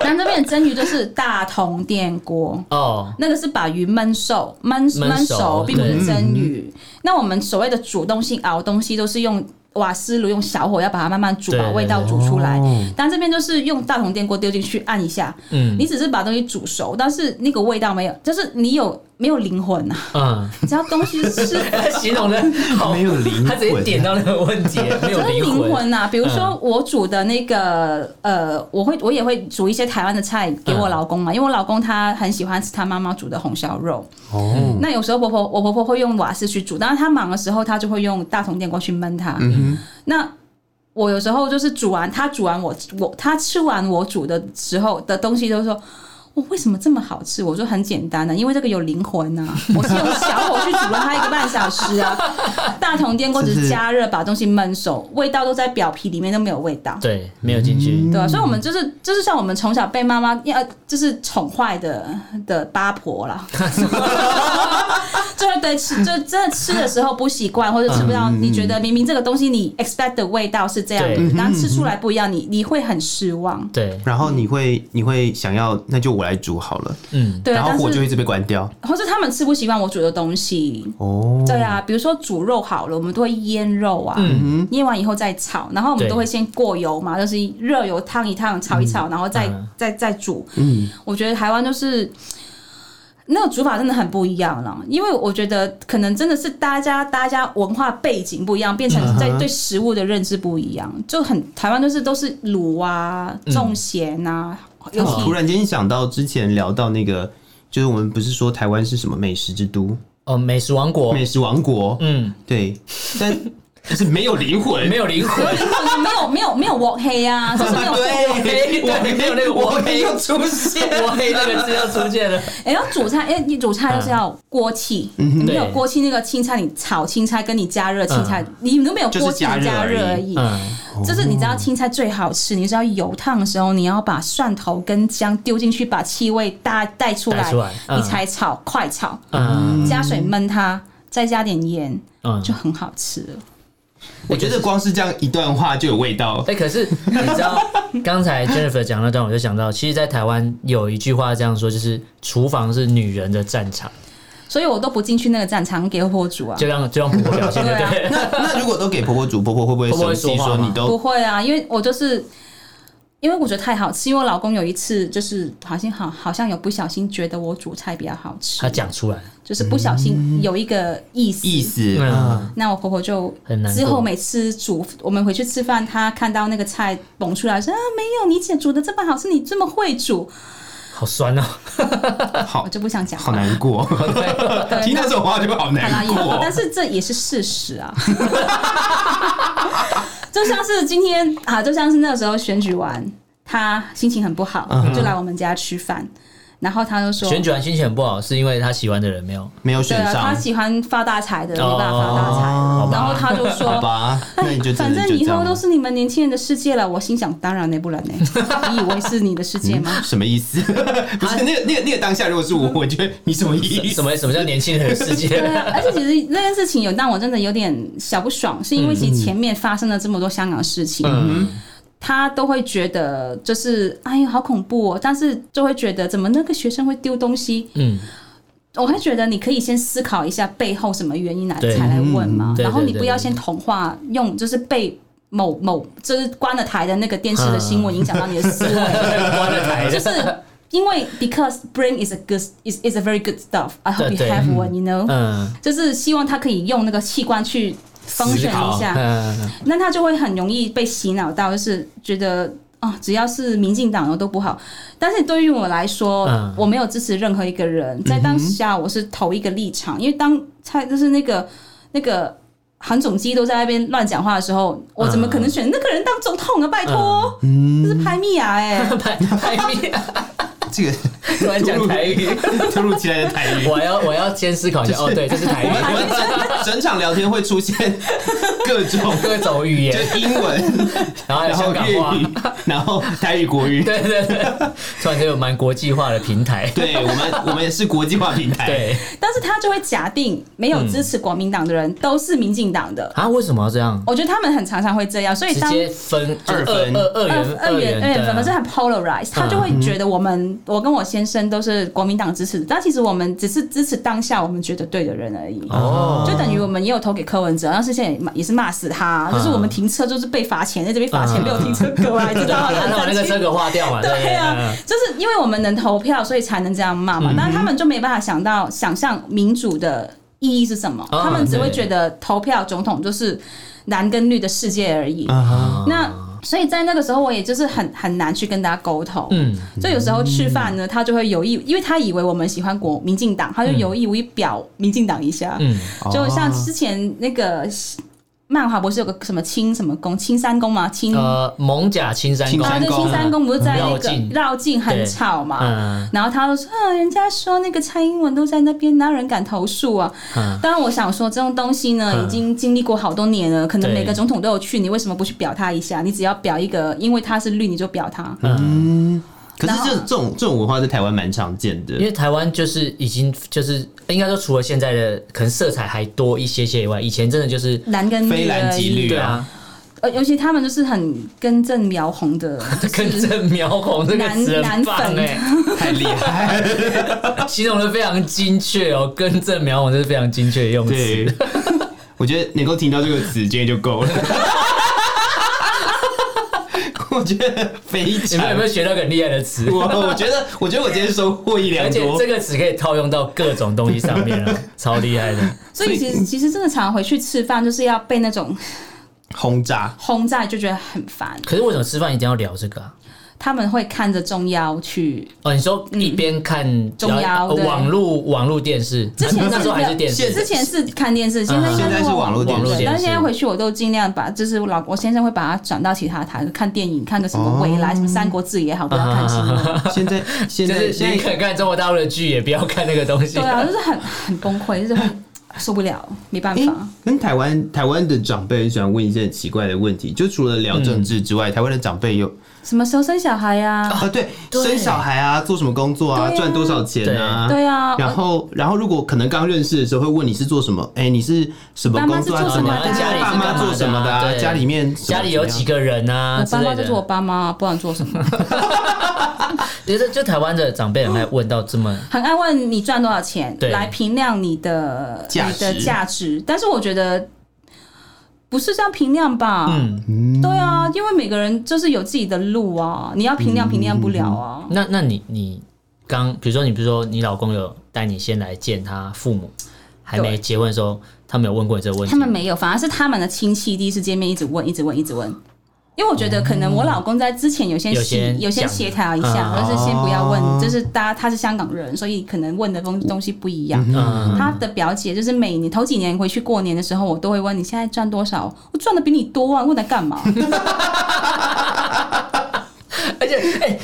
Speaker 1: 南这边的 蒸鱼就是大铜电锅。
Speaker 2: 哦，
Speaker 1: 那个是把鱼焖熟，焖
Speaker 2: 焖
Speaker 1: 焖
Speaker 2: 熟
Speaker 1: 熟，并不
Speaker 2: 对
Speaker 1: 是蒸鱼。那我们所谓的煮东西、熬东西，都是用瓦斯炉、用小火，要把它慢慢煮，
Speaker 2: 对
Speaker 1: 把味道煮出来
Speaker 3: 哦。
Speaker 1: 但这边就是用大铜电锅丢进去按一下，
Speaker 2: 嗯
Speaker 1: 你只是把东西煮熟，但是那个味道没有，就是你有没有灵魂啊？
Speaker 2: 嗯，
Speaker 1: 你知道东西是
Speaker 2: 他形容的好
Speaker 3: 没有灵魂
Speaker 2: 他直接点到那个问题，没有
Speaker 1: 就是
Speaker 2: 灵
Speaker 1: 灵
Speaker 2: 魂。嗯
Speaker 1: 魂呐、比如说我煮的那个、呃，我会我也会煮一些台湾的菜给我老公
Speaker 2: 嗯
Speaker 1: 嘛，因为我老公他很喜欢吃他妈妈煮的红烧肉。
Speaker 3: 哦，
Speaker 1: 那有时候婆婆我婆婆会用瓦斯去煮，当然她忙的时候，她就会用大铜电锅去焖它。
Speaker 3: 嗯
Speaker 1: 那我有时候就是煮完她煮完我我她吃完我煮的时候的东西，都说。我为什么这么好吃？我说很简单啊的、因为这个有灵魂呐、我是用小火去煮了它一个半小时 啊，大铜电锅只是加热把东西焖熟，味道都在表皮里面都没有味道。
Speaker 2: 对，没有进去。
Speaker 1: 对啊，所以我们就是就是像我们从小被妈妈要就是宠坏的的八婆 啦，就是对吃，就真的吃的时候不习惯或者吃不
Speaker 3: 嗯
Speaker 1: 到，你觉得明明这个东西你 expect 的味道是这样
Speaker 2: 对
Speaker 1: 的，然后吃出来不一样，你你会很失望。
Speaker 2: 对，
Speaker 3: 然后
Speaker 1: 嗯
Speaker 3: 你会你会想要，那就我来煮好了，
Speaker 2: 嗯，
Speaker 1: 对
Speaker 3: 然
Speaker 1: 啊，
Speaker 3: 后
Speaker 1: 但
Speaker 3: 火就是一直被关掉。
Speaker 1: 或是他们吃不习惯我煮的东西。
Speaker 2: 嗯
Speaker 3: 哦，
Speaker 1: 对啊，比如说煮肉好了，我们都会腌肉啊，
Speaker 2: 嗯
Speaker 1: 腌完以后再炒，然后我们
Speaker 2: 对
Speaker 1: 都会先过油嘛，就是热油烫一烫，炒一炒，然后再、
Speaker 2: 嗯
Speaker 1: 再再煮。
Speaker 3: 嗯，
Speaker 1: 我觉得台湾就是那个煮法真的很不一样了，因为我觉得可能真的是大家大家文化背景不一样，变成在
Speaker 2: 嗯
Speaker 1: 对食物的认知不一样，就很台湾就是都是卤啊、
Speaker 2: 嗯
Speaker 1: 重咸啊，尤
Speaker 2: 哦
Speaker 3: 我哦突
Speaker 1: 其
Speaker 3: 然间想到之前聊到那个，就是我们不是说台湾是什么美食之都、
Speaker 2: 哦，美食王国，
Speaker 3: 美食王国？
Speaker 2: 嗯，
Speaker 3: 对， 但就是没有灵魂，
Speaker 2: 没有灵 魂。
Speaker 1: 没有没有没有 walk 黑啊，就是 没有。
Speaker 2: 对，对，没有那个我黑又出现，我黑那个字又出现了。
Speaker 1: 哎，要煮菜，哎，你煮菜就是要锅气，你没有
Speaker 2: 对
Speaker 1: 锅气，那个青菜你炒青菜跟你加热青菜，你都没有
Speaker 3: 就是
Speaker 1: 锅气
Speaker 3: 加热
Speaker 1: 加热
Speaker 3: 而
Speaker 1: 而
Speaker 3: 已
Speaker 1: 已。
Speaker 2: 嗯，
Speaker 1: 就是你知道青菜最好吃，你知道油烫的时候，你要把蒜头跟姜丢进去，把气味大带出来，
Speaker 2: 带出来嗯
Speaker 1: 你才炒，快炒，
Speaker 2: 嗯
Speaker 1: 加水焖它，再加点盐，
Speaker 2: 嗯
Speaker 1: 就很好吃了。
Speaker 3: 我觉得光是这样一段话就有味 道。
Speaker 2: 哎、可是你知道刚才 Jennifer 讲那段，我就想到，其实，在台湾有一句话这样说，就是厨房是女人的战场，
Speaker 1: 所以我都不进去那个战场给婆煮啊
Speaker 2: 就。让就让婆婆表现，对不对？
Speaker 3: 那如果都给婆婆煮，婆婆会不会
Speaker 2: 婆婆
Speaker 3: 生
Speaker 2: 会说
Speaker 3: 气
Speaker 2: 话
Speaker 3: 说
Speaker 2: 吗
Speaker 3: 你
Speaker 1: 不
Speaker 3: 都
Speaker 1: 会啊，因为我就是因为我觉得太好吃，因为我老公有一次就是好像好好像有不小心觉得我煮菜比较好吃
Speaker 2: 她，讲出来，
Speaker 1: 就是不小心有一个意思
Speaker 3: 意思？
Speaker 2: 嗯，
Speaker 1: 那我婆婆就
Speaker 2: 很难过
Speaker 1: 之后每次煮，我们回去吃饭，她看到那个菜蹦出来，说啊，没有，你姐煮的这么好吃，你这么会煮，
Speaker 2: 好酸哦。
Speaker 3: 好
Speaker 1: 我就不想讲
Speaker 3: 好
Speaker 1: 话。
Speaker 3: 难过，听到这种话就好
Speaker 1: 好啦
Speaker 3: 难
Speaker 1: 也
Speaker 3: 过。
Speaker 1: 但是这也是事实啊。 就像是今天啊，就像是那时候选举完，她心情很不好，
Speaker 3: 嗯
Speaker 1: 就来我们家吃饭，然后她就说，
Speaker 2: 选举完心情很不好，是因为她喜欢的人没有
Speaker 3: 没有
Speaker 1: 对
Speaker 3: 选
Speaker 1: 啊，她
Speaker 3: 上，
Speaker 1: 喜欢发大财的，没办法发大财，
Speaker 2: 哦
Speaker 1: 然后她就
Speaker 3: 好
Speaker 1: 说。
Speaker 3: 吧，那你就只
Speaker 1: 反
Speaker 3: 能
Speaker 1: 正
Speaker 3: 就
Speaker 1: 以
Speaker 3: 这样
Speaker 1: 后都
Speaker 3: 了。
Speaker 1: 是你们年轻人的世界了。我心想，当然呢，不然呢？ 你以为是你的世界吗？
Speaker 3: 什么意思？ 不是那个那个那个当下，如果是我，我觉得你什么意思？
Speaker 2: 嗯什么什么叫年轻人的世界
Speaker 1: 对啊， 而且其实那件事情有让我真的有点小不爽，是因为其
Speaker 2: 嗯
Speaker 1: 实前面发生了这么多香港事情，他都会觉得就是哎呀好恐怖哦，但是就会觉得怎么那个学生会丢东西，
Speaker 2: 嗯，
Speaker 1: 我会觉得你可以先思考一下背后什么原因来
Speaker 2: 对
Speaker 1: 才来问嘛
Speaker 2: 嗯，对
Speaker 1: 然后
Speaker 2: 对
Speaker 1: 你
Speaker 2: 对
Speaker 1: 不要
Speaker 2: 对
Speaker 1: 先同化用就是被。某某就是关了台的那个电视的新
Speaker 2: 嗯
Speaker 1: 闻影响到你的思维，
Speaker 2: 关了台
Speaker 1: 就是因为 because brain is a good is is a very good stuff. I hope
Speaker 2: 对
Speaker 1: you
Speaker 2: 对
Speaker 1: have one, you know.
Speaker 2: 嗯，
Speaker 1: 就是希望他可以用那个器官去封选一
Speaker 2: 思考
Speaker 1: 下，
Speaker 2: 嗯，
Speaker 1: 那他就会很容易被洗脑到，就是觉得啊、哦只要是民进党的都不好。但是对于我来说，
Speaker 2: 嗯
Speaker 1: 我没有支持任何一个人，在当下我是投一个立场，因为当蔡就是那个那个。韩总机都在那边乱讲话的时候，我怎么可能选那个人当总统啊？拜托，
Speaker 2: 嗯
Speaker 1: 这是拍密啊！哎，
Speaker 2: 拍拍面，
Speaker 3: 这个
Speaker 2: 突然讲台语，
Speaker 3: 突如其来的台语，
Speaker 2: 我要我要先思考一下。哦，对，这是台
Speaker 3: 我
Speaker 2: 语。
Speaker 3: 们我们整整场聊天会出现各种
Speaker 2: 各种语言，
Speaker 3: 就英文，
Speaker 2: 然 后还有
Speaker 3: 然后
Speaker 2: 香港
Speaker 3: 粤
Speaker 2: 话，
Speaker 3: 语，然后台语、国语。
Speaker 2: 对对对，突然间有蛮国际化的平台，
Speaker 3: 对我们，我们也是国际化平台。，
Speaker 2: 对
Speaker 1: 但是他就会假定没有支持国民党的人、都是民进党的。
Speaker 2: 啊，为什么要这样？
Speaker 1: 我觉得他们很常常会这样，所以
Speaker 2: 直
Speaker 1: 当
Speaker 2: 接分就是
Speaker 3: 二分
Speaker 2: 二二元嗯
Speaker 1: 二元二元
Speaker 2: 对
Speaker 1: 分，可是
Speaker 2: 啊
Speaker 1: 很 polarized，他就会觉得我们我跟我先生都是国民党支持，但其实我们只是支持当下我们觉得对的人而已。
Speaker 2: 哦
Speaker 1: 就等于我们也有投给柯文哲，但是现在也骂也是骂死他，
Speaker 2: 啊
Speaker 1: 就是我们停车就是被罚钱，在这边罚钱
Speaker 2: 嗯
Speaker 1: 被我停车格 啊，你知
Speaker 2: 对
Speaker 1: 道吗
Speaker 2: 啊，？那把那
Speaker 1: 很
Speaker 2: 个车
Speaker 1: 生气
Speaker 2: 给划掉 嘛，
Speaker 1: 对啊
Speaker 2: 嗯，
Speaker 1: 就是因为我们能投票，所以才能这样骂嘛。但他们就没办法想到想象民主的意义是什么，
Speaker 2: 啊
Speaker 1: 他们只会
Speaker 2: 对
Speaker 1: 觉得投票总统就是蓝跟绿的世界而已。
Speaker 3: 啊哈，
Speaker 2: 嗯
Speaker 1: 那所以在那个时候，我也就是很很难去跟大家沟通。
Speaker 2: 嗯
Speaker 1: 所以有时候吃饭呢，他就会有意，因为他以为我们喜欢国民进党，他就有意无意表民进党一下。
Speaker 2: 嗯，
Speaker 1: 就像之前那个漫画不是有个什么青什么宫，青山宫吗？青啊，
Speaker 2: 呃，蒙甲青山
Speaker 3: 青
Speaker 2: 宫，嗯
Speaker 3: 山
Speaker 1: 对，青山宫不是在那
Speaker 2: 绕
Speaker 1: 个
Speaker 2: 境
Speaker 1: 绕境很
Speaker 2: 对
Speaker 1: 吵嘛。
Speaker 2: 嗯
Speaker 1: 然后他就说：“啊，人家说那个蔡英文都在那边，哪有人敢投诉啊？”
Speaker 2: 嗯
Speaker 1: 当然，我想说这种东西呢，
Speaker 2: 嗯
Speaker 1: 已经经历过好多年了，可能
Speaker 2: 对
Speaker 1: 每个总统都有去，你为什么不去表他一下？你只要表一个，因为他是绿，你就表他。
Speaker 2: 嗯，
Speaker 3: 可是
Speaker 1: 然
Speaker 3: 这
Speaker 1: 后
Speaker 3: 这种这种文化在台湾蛮常见的
Speaker 2: 因。为台湾就是已经就是应该说，除了现在的可能色彩还多一些些以外，以前真的就是
Speaker 1: 蓝跟
Speaker 3: 非
Speaker 1: 绿
Speaker 3: 蓝
Speaker 1: 而
Speaker 3: 即
Speaker 1: 已，
Speaker 3: 绿
Speaker 2: 对啊，
Speaker 1: 呃，尤其他们就是很根正苗红的， 就是
Speaker 2: 跟着苗红这个词很棒
Speaker 1: 男男
Speaker 2: 哎、
Speaker 3: 太厉害了。
Speaker 2: 形容的非常精确哦，跟着苗红这是非常精确的用词。
Speaker 3: 对，我觉得能够听到这个词，今天就 够了。我觉得非
Speaker 2: 你们有
Speaker 3: 常
Speaker 2: 没有，学到很厉害的 词？
Speaker 3: 我我觉得，我觉得我今天收获一
Speaker 2: 而
Speaker 3: 良
Speaker 2: 且
Speaker 3: 多
Speaker 2: 这。个词可以套用到各种东西上 面了，超厉害的。
Speaker 1: 所以其实其实真的常常回去吃饭，就是要被那种
Speaker 3: 轰炸，
Speaker 1: 轰炸，就觉得很烦。
Speaker 2: 可是为什么吃饭一定要聊这个啊？
Speaker 1: 他们会看着中央去，
Speaker 2: 哦，你说一边看
Speaker 1: 嗯中
Speaker 2: 然
Speaker 1: 央
Speaker 2: 后呃
Speaker 1: 对
Speaker 2: 网络网络电视，
Speaker 1: 之前是
Speaker 2: 那时候还是
Speaker 1: 的
Speaker 2: 电视，
Speaker 1: 之前是看电视，现在应该
Speaker 3: 现在是
Speaker 1: 用
Speaker 3: 网络电视
Speaker 1: 对
Speaker 2: 网络电视
Speaker 1: 但是现在回去我都尽量把，就是我老我先生会把它转到其他台看电影，看个什么未
Speaker 3: 哦
Speaker 1: 来、什么三国志也好，不
Speaker 3: 啊
Speaker 1: 要
Speaker 2: 啊
Speaker 1: 看新闻。
Speaker 3: 现在现
Speaker 2: 就
Speaker 3: 在
Speaker 2: 是
Speaker 3: 现
Speaker 2: 你
Speaker 3: 在
Speaker 2: 可看中国大陆的剧，也不要看那个东西。
Speaker 1: 对啊，就是很很崩溃，就是会受不了，没办
Speaker 3: 诶
Speaker 1: 法。
Speaker 3: 跟台湾台湾的长辈很喜欢问一些很奇怪的问题，就除了聊政治之外，台湾的长辈有
Speaker 1: 什么时候生小孩呀、
Speaker 3: 啊，对，
Speaker 2: 对
Speaker 3: 生小孩啊，做什么工作啊，
Speaker 1: 对啊
Speaker 3: 赚多少钱啊，
Speaker 1: 对啊，
Speaker 3: 然后，然后如果可能刚认识的时候会问你是做什么？哎，你是什么工作啊？
Speaker 1: 爸妈是做什么的啊
Speaker 3: 家里爸妈做什么的啊？
Speaker 2: 对
Speaker 3: 家里面
Speaker 2: 家里有几
Speaker 3: 个？
Speaker 2: 个人啊
Speaker 1: 我
Speaker 2: 之
Speaker 1: 爸妈
Speaker 2: 类
Speaker 1: 就是我
Speaker 2: 的，
Speaker 1: 爸妈，不然做什么？
Speaker 2: 其实就台湾的长辈很爱问到这么
Speaker 1: 很爱问你赚多少钱
Speaker 2: 对
Speaker 1: 来评量你的
Speaker 3: 价
Speaker 1: 你的
Speaker 3: 值
Speaker 1: 价值，但是我觉得不是这样评量吧？
Speaker 2: 嗯，
Speaker 1: 对啊，因为每个人就是有自己的路啊，你要评量评量不了啊。
Speaker 2: 那那你你刚比如说你比如说你老公有带你先来见他父母，还没
Speaker 1: 对
Speaker 2: 结婚的时候，他们有问过你这个问题
Speaker 1: 他
Speaker 2: 吗？
Speaker 1: 们没有，反而是他们的亲戚第一次见面一直问，一直问，一直问。因为我觉得可能我老公在之前有些
Speaker 2: 有
Speaker 1: 协
Speaker 2: 些
Speaker 1: 有些
Speaker 2: 讲
Speaker 1: 协调一下，
Speaker 2: 嗯
Speaker 1: 就是先不要问，就是大家他是香港人，所以可能问的东东西不一样。
Speaker 2: 嗯，
Speaker 1: 他的表姐就是每年头几年回去过年的时候，我都会问你现在赚多少，我赚的比你多啊，问来 干嘛？
Speaker 2: 而且哎、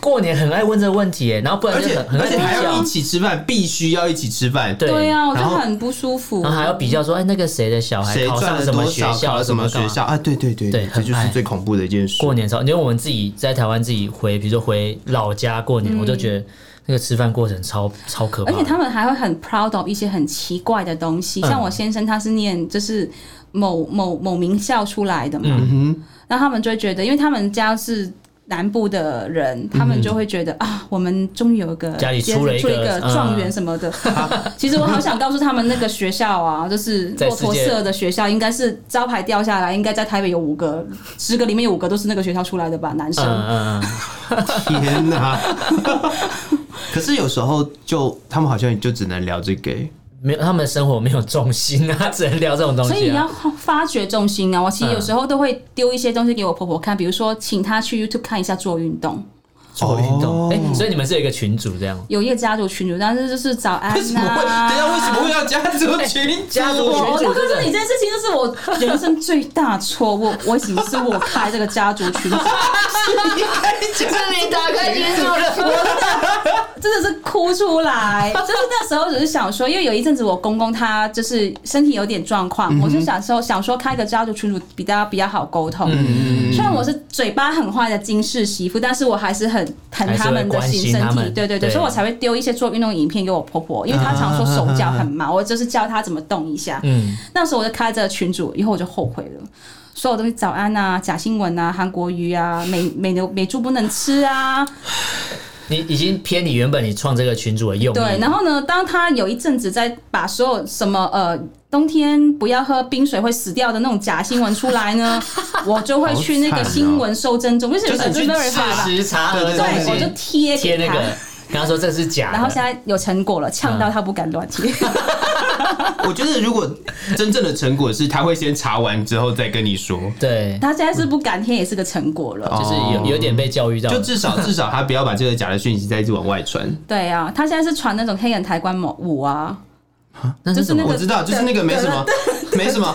Speaker 2: 过年很爱问这个问题，哎，然后不然
Speaker 3: 而
Speaker 2: 就
Speaker 3: 且
Speaker 2: 很很
Speaker 3: 而
Speaker 2: 爱
Speaker 3: 且还
Speaker 2: 比
Speaker 3: 要
Speaker 2: 较
Speaker 3: 一，起吃饭，必须要一起吃饭。
Speaker 2: 对
Speaker 1: 对啊，我就
Speaker 3: 然后
Speaker 1: 很不舒服。
Speaker 2: 然后还要比较说，哎、那个谁的小孩
Speaker 3: 谁
Speaker 2: 考
Speaker 3: 赚
Speaker 2: 上
Speaker 3: 了
Speaker 2: 什么
Speaker 3: 多
Speaker 2: 学
Speaker 3: 少，考
Speaker 2: 校，
Speaker 3: 了什么
Speaker 2: 干
Speaker 3: 学
Speaker 2: 嘛
Speaker 3: 校啊？对对对
Speaker 2: 对
Speaker 3: 这就是
Speaker 2: 很爱
Speaker 3: 最恐怖的一件事。
Speaker 2: 过年的时候，因为我们自己在台湾自己回，比如说回老家过年，我就觉得那个吃饭过程超超可怕
Speaker 1: 嗯
Speaker 2: 嗯
Speaker 1: 而
Speaker 2: 的。
Speaker 1: 且他们还会很 proud of 一些很奇怪的东西，像我先生他是念就是某某某名校出来的嘛，
Speaker 2: 嗯
Speaker 1: 然后他们就会觉得，因为他们家是。南部的人，他们就会觉得、啊，我们终于有个
Speaker 2: 嗯家里出了一个嗯
Speaker 1: 状元什么 的。其实我好想告诉他们，那个学校啊，就是
Speaker 2: 在
Speaker 1: 骆
Speaker 2: 世界
Speaker 1: 驼社的学校，应该是招牌掉下来，应该在台北有五个，十个里面有五个都是那个学校出来的吧，男生。
Speaker 2: 嗯嗯嗯，
Speaker 3: 天哪！可是有时候就他们好像就只能聊这个，欸
Speaker 2: 没有他们的生活没有重心啊，只能聊这种东西、啊。
Speaker 1: 所以你要发掘重心啊！我其实有时候都会丢一些东西给我婆婆看，比如说请她去 YouTube 看一下做运动。
Speaker 2: 做运动。
Speaker 3: 哦
Speaker 2: 哎、所以你们是有一个群组这样？
Speaker 1: 有一个家族群主，但是就是早安
Speaker 3: 为什么
Speaker 1: 呐、
Speaker 3: 会？
Speaker 1: 啊。
Speaker 3: 等一下，为什么会要家族群？
Speaker 2: 家族群
Speaker 1: 我我
Speaker 2: 主
Speaker 1: 告
Speaker 2: 这个
Speaker 1: 诉你，这件事情就是我人生最大错误。为什么是我开这个家族群组？
Speaker 2: 你打开群组了？
Speaker 1: 真的是哭出来。就是那时候只是想说，因为有一阵子我公公他就是身体有点状况，我就想说想说开个家族群组比较比较好沟通。
Speaker 3: 嗯
Speaker 1: 虽然我是嘴巴很坏的金氏媳妇，但是我还是很疼他们的
Speaker 2: 还是会关
Speaker 1: 心
Speaker 2: 心
Speaker 1: 身
Speaker 2: 他
Speaker 1: 体
Speaker 2: 们，
Speaker 1: 对对对，
Speaker 2: 对
Speaker 1: 所以我才会丢一些做运动影片给我婆婆，因为她常说手脚很麻，我就是教她怎么动一下。
Speaker 2: 嗯，
Speaker 1: 那时候我就开这个群组，以后我就后悔了。所有东西，早安啊，假新闻啊，韩国瑜啊，美美牛美猪不能吃啊，
Speaker 2: 你已经偏你原本你创这个群组的用意。
Speaker 1: 对，然后呢，当他有一阵子在把所有什么呃冬天不要喝冰水会死掉的那种假新闻出来呢，我就会去那
Speaker 3: 好
Speaker 1: 个
Speaker 3: 惨哦
Speaker 1: 新闻收真踪，就是
Speaker 3: 就
Speaker 1: 有
Speaker 3: 是你去
Speaker 1: verify 吧，
Speaker 2: 事实查核
Speaker 3: 对
Speaker 2: 的东
Speaker 1: 对，我就
Speaker 2: 西，
Speaker 1: 贴
Speaker 2: 贴
Speaker 1: 给
Speaker 2: 那
Speaker 1: 他
Speaker 2: 个，，跟他说这是假的。
Speaker 1: 然后现在有成果了，呛到他不敢乱贴。
Speaker 2: 嗯
Speaker 3: 我觉得如果真正的成果是，他会先查完之后再跟你说，
Speaker 2: 对，
Speaker 1: 他现在是不敢贴，也是个成果了。
Speaker 2: 哦就是
Speaker 3: 哦
Speaker 2: 有有点被教育到了，
Speaker 3: 就至少至少他不要把这个假的讯息再一直往外传。
Speaker 1: 对啊，他现在是传那种黑人抬棺舞啊，
Speaker 2: 那
Speaker 1: 就是
Speaker 2: 什么
Speaker 1: 那个
Speaker 3: 我知道，就是那个没什么，没什么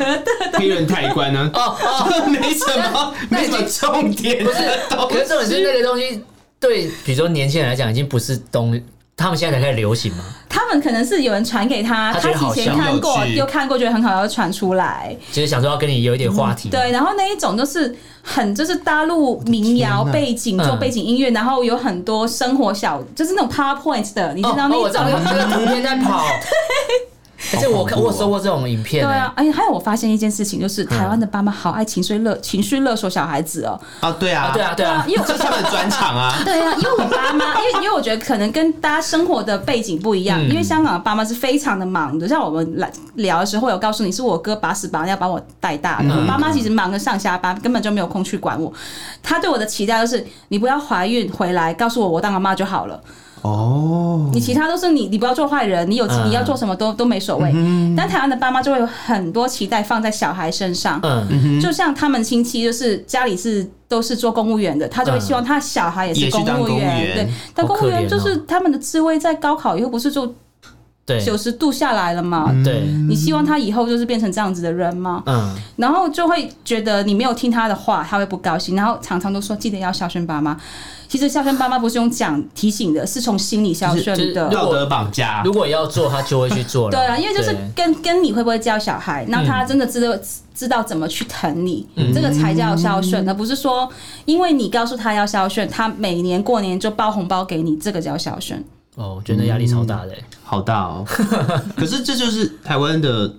Speaker 3: 黑人太官呢，
Speaker 2: 哦哦，
Speaker 3: 没什么，没什么重点的东
Speaker 2: 可是重点是那个东西对，比如说年轻人来讲，已经不是东，他们现在才开始流行嘛。
Speaker 1: 他们可能是有人传给他，
Speaker 2: 他觉
Speaker 1: 他
Speaker 2: 得好
Speaker 1: 以前
Speaker 2: 笑
Speaker 1: 看
Speaker 3: 有
Speaker 1: 过
Speaker 3: 趣
Speaker 1: 又看过，觉得很好，要传出来。
Speaker 2: 就是想说要跟你有一点话题嘛。
Speaker 1: 对，然后那一种就是很就是大陆民谣背景
Speaker 2: 嗯
Speaker 1: 做背景音乐，然后有很多生活小，就是那种 PowerPoint 的，你知
Speaker 2: 哦，
Speaker 1: 道那
Speaker 2: 哦我
Speaker 1: 一
Speaker 2: 知道
Speaker 1: 种
Speaker 2: 那
Speaker 1: 吗？
Speaker 2: 个那个图片在 跑，而且我看
Speaker 3: 好恐怖哦
Speaker 2: 我有收过这种
Speaker 1: 对
Speaker 2: 影片呢、
Speaker 1: 啊，而且还有我发现一件事情，
Speaker 2: 嗯
Speaker 1: 就是台湾的爸妈好爱情绪勒情绪勒索小孩子哦。
Speaker 3: 啊，对啊，
Speaker 2: 啊，对，啊，对啊，
Speaker 1: 因为
Speaker 3: 这
Speaker 1: 我
Speaker 3: 是他们的专场啊。
Speaker 1: 对啊，因为我爸妈，因为因为我觉得可能跟大家生活的背景不一样，
Speaker 2: 嗯
Speaker 1: 因为香港的爸妈是非常的忙的，像我们来聊的时候，我有告诉你是我哥把屎把尿把我带大的，我爸妈其实忙着上下班，根本就没有空去管我。他对我的期待就是，你不要怀孕回来告诉我我当个妈就好了，
Speaker 3: 哦，
Speaker 1: 你其他都是你，你不要做坏人，你有
Speaker 2: 嗯
Speaker 1: 你要做什么都都没所谓。但台湾的爸妈就会有很多期待放在小孩身上，
Speaker 2: 嗯，
Speaker 1: 就像他们亲戚，就是家里是都是做公务员的，他就会希望他小孩也
Speaker 3: 也
Speaker 1: 是
Speaker 2: 嗯
Speaker 3: 去
Speaker 1: 公
Speaker 3: 当
Speaker 1: 务
Speaker 3: 公务
Speaker 1: 员，
Speaker 3: 员
Speaker 1: 对。但
Speaker 2: 好
Speaker 1: 公
Speaker 2: 可
Speaker 1: 务员
Speaker 2: 怜
Speaker 1: 就
Speaker 2: 哦
Speaker 1: 是他们的职位在高考以后不是就
Speaker 2: 对，嗯
Speaker 1: 九十度下来了吗？
Speaker 2: 对，
Speaker 1: 你希望他以后就是变成这样子的人吗？
Speaker 2: 嗯，
Speaker 1: 然后就会觉得你没有听他的话，他会不高兴，然后常常都说记得要孝顺爸妈。其实孝顺爸妈不是用讲提醒的，是从心里孝顺
Speaker 2: 就是
Speaker 1: 的。
Speaker 2: 就是
Speaker 3: 道德绑架
Speaker 2: 如，果要做，他就会去做了。
Speaker 1: 对啊，因为就是
Speaker 2: 对
Speaker 1: 跟跟你会不会教小孩，那
Speaker 3: 嗯
Speaker 1: 他真的知道、知道怎么去疼你，这个才叫孝顺，而不是说因为你告诉他要孝顺，他每年过年就包红包给你，这个叫孝顺。
Speaker 2: 哦，我觉得压力超大的、欸
Speaker 3: 好大哦。 可是这就是台湾的，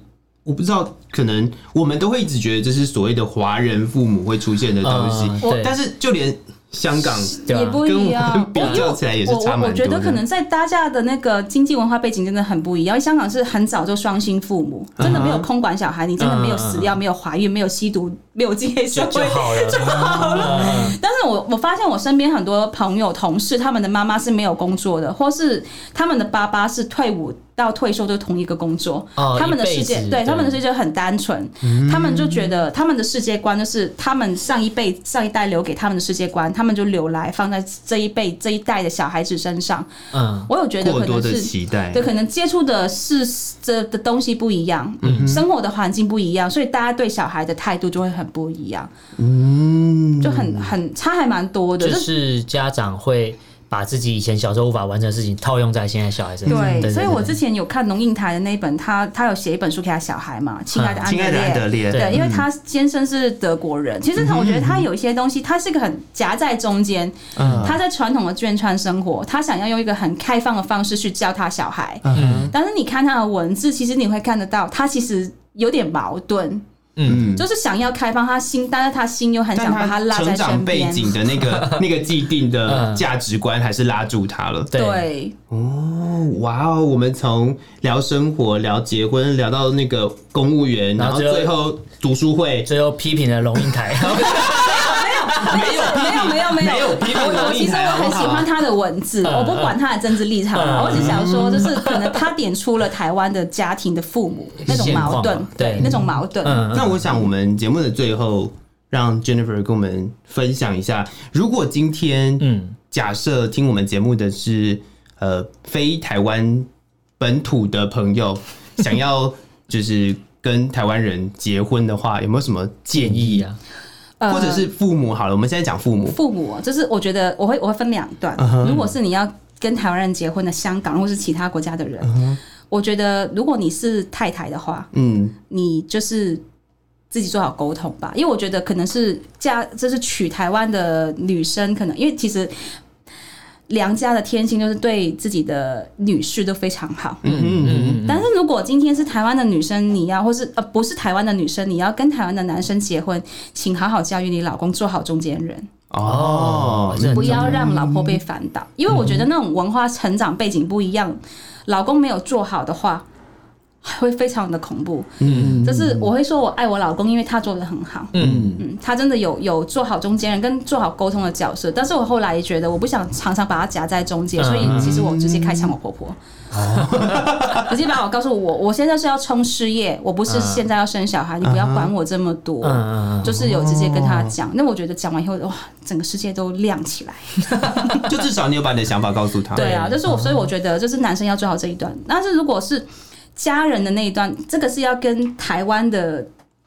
Speaker 3: 我不知道，可能我们都会一直觉得这是所谓的华人父母会出现的东西，
Speaker 2: 嗯对
Speaker 3: 但是就连香港
Speaker 2: 对啊
Speaker 1: 也不
Speaker 3: 跟
Speaker 1: 一
Speaker 3: 我
Speaker 1: 样
Speaker 3: 们，比较起来也是
Speaker 1: 我
Speaker 3: 差
Speaker 1: 我
Speaker 3: 蛮
Speaker 1: 我觉
Speaker 3: 多
Speaker 1: 得可
Speaker 3: 的
Speaker 1: 能。在大家的那个经济文化背景真的很不一样。因为香港是很早就双薪父母，真的没有
Speaker 3: 嗯
Speaker 1: 空管小孩，你真的没有死掉，没有怀孕，没有吸毒，没有进黑社
Speaker 2: 就
Speaker 1: 会
Speaker 2: 就。好了，就好了。
Speaker 1: 但是我我发现我身边很多朋友同事，他们的妈妈是没有工作的，或是他们的爸爸是退伍到退休就同一个工作，
Speaker 2: 哦
Speaker 1: 他们的
Speaker 2: 一辈
Speaker 1: 世界
Speaker 2: 子
Speaker 1: 对
Speaker 2: 对
Speaker 1: 他们的世界很单纯，
Speaker 3: 嗯
Speaker 1: 他们就觉得他们的世界观就是他们上一辈上一代留给他们的世界观，他们就留来放在这一辈这一代的小孩子身上。
Speaker 2: 嗯，
Speaker 1: 我有觉得
Speaker 3: 过
Speaker 1: 可
Speaker 3: 多
Speaker 1: 能
Speaker 3: 的
Speaker 1: 是。
Speaker 3: 期待
Speaker 1: 对，，可能接触的是这的东西不一样，
Speaker 3: 嗯
Speaker 1: 生活的环境不一样，所以大家对小孩的态度就会很不一样，
Speaker 3: 嗯，
Speaker 1: 就很很差还蛮多的。
Speaker 2: 就
Speaker 1: 就是
Speaker 2: 家长会把自己以前小时候无法完成的事情套用在现在小孩身上。
Speaker 3: 嗯
Speaker 1: 对，所以我之
Speaker 2: 己
Speaker 1: 前有看龙应台的那一本，他他有写一本书给他小孩嘛，《亲爱的安
Speaker 3: 啊亲
Speaker 1: 德
Speaker 3: 爱的
Speaker 1: 烈
Speaker 3: 安德》。烈，嗯
Speaker 1: 对，因为他先生是德国人，其实他我觉得他有一些东西，他是个很夹在中间。
Speaker 3: 嗯
Speaker 1: 他在传统的眷村生活，他想要用一个很开放的方式去教他小孩，
Speaker 2: 嗯
Speaker 1: 但是你看他的文字，其实你会看得到，他其实有点矛盾，
Speaker 2: 嗯，
Speaker 3: 嗯
Speaker 1: 就是想要开放他心，但是他心又很
Speaker 3: 但
Speaker 1: 想把他
Speaker 3: 他
Speaker 1: 拉在
Speaker 3: 成
Speaker 1: 身
Speaker 3: 长背
Speaker 1: 边。
Speaker 3: 景的那个那个既定的
Speaker 2: 嗯
Speaker 3: 价值观还是拉住他了。
Speaker 2: 对，
Speaker 1: 对，
Speaker 3: 哦，哇哦！我们从聊生活、聊结婚，聊到那个公务员，
Speaker 2: 然
Speaker 3: 然
Speaker 2: 后
Speaker 3: 后
Speaker 2: 最后
Speaker 3: 最后读书会，
Speaker 2: 最后批评了龙应台。
Speaker 3: 没有
Speaker 1: 没有没有没有
Speaker 3: 没有批评
Speaker 1: 我
Speaker 3: 龙
Speaker 1: 其
Speaker 3: 应
Speaker 1: 实
Speaker 3: 台，
Speaker 1: 我
Speaker 3: 好
Speaker 1: 很
Speaker 3: 不
Speaker 1: 喜
Speaker 3: 好
Speaker 1: 欢？他的文字，
Speaker 2: 啊嗯
Speaker 1: 我不管他的政治立场啊
Speaker 2: 嗯，
Speaker 1: 我只想说，就是可能他点出了台湾的家庭的父母那种矛
Speaker 2: 现况
Speaker 1: 盾
Speaker 2: 嘛，对
Speaker 1: 对那种矛盾。
Speaker 2: 嗯，
Speaker 3: 那我想，我们节目的最后，让 Jennifer 跟我们分享一下，如果今天
Speaker 2: 嗯，
Speaker 3: 假设听我们节目的是呃非台湾本土的朋 友，想要就是跟台湾人结婚的话，有没有什么建
Speaker 2: 建
Speaker 3: 议
Speaker 2: 议
Speaker 3: 啊？
Speaker 2: 啊，
Speaker 1: 呃
Speaker 3: 或者是父母好了，我们现在讲父母，
Speaker 1: 父母，就是我觉得我会我会分两段。
Speaker 2: 嗯
Speaker 1: 如果是你要跟台湾人结婚的香港或是其他国家的人
Speaker 2: 嗯
Speaker 1: 我觉得如果你是太太的话，
Speaker 3: 嗯，
Speaker 1: 你就是自己做好沟通吧，因为我觉得可能是嫁，就是娶台湾的女生，可能因为其实良家的天性就是对自己的女婿都非常好。
Speaker 3: 嗯嗯
Speaker 1: 但是如果今天是台湾的女生，你要或是呃不是台湾的女生，你要跟台湾的男生结婚，请好好教育你老公，做好中间人，
Speaker 3: 哦，
Speaker 2: 这很
Speaker 1: 不
Speaker 2: 重
Speaker 1: 要让老婆被烦倒。因为我觉得
Speaker 3: 嗯
Speaker 1: 那种文化成长背景不一样，老公没有做好的话，会非常的恐怖。
Speaker 3: 嗯
Speaker 1: 就是我会说我爱我老公，因为他做的很好，
Speaker 2: 嗯
Speaker 1: 嗯，他真的有有做好中间人跟做好沟通的角色。但是我后来也觉得我不想常常把他夹在中间，所以其实我直接开枪我婆婆，
Speaker 3: 嗯
Speaker 1: 直接把我告诉我，我现在是要冲事业，我不
Speaker 3: 嗯
Speaker 1: 是现在要生小孩，你不要管我这么多。
Speaker 2: 嗯嗯嗯，
Speaker 1: 就是有直接跟
Speaker 3: 哦
Speaker 1: 他讲，那我觉得讲完以后，哇，整个世界都亮起来。
Speaker 3: 嗯，就至少你有把你的想法告诉他，
Speaker 1: 对啊，就是我，
Speaker 2: 哦
Speaker 1: 所以我觉得就是男生要做好这一段。但是如果是家人的那一段，这个是要跟台湾的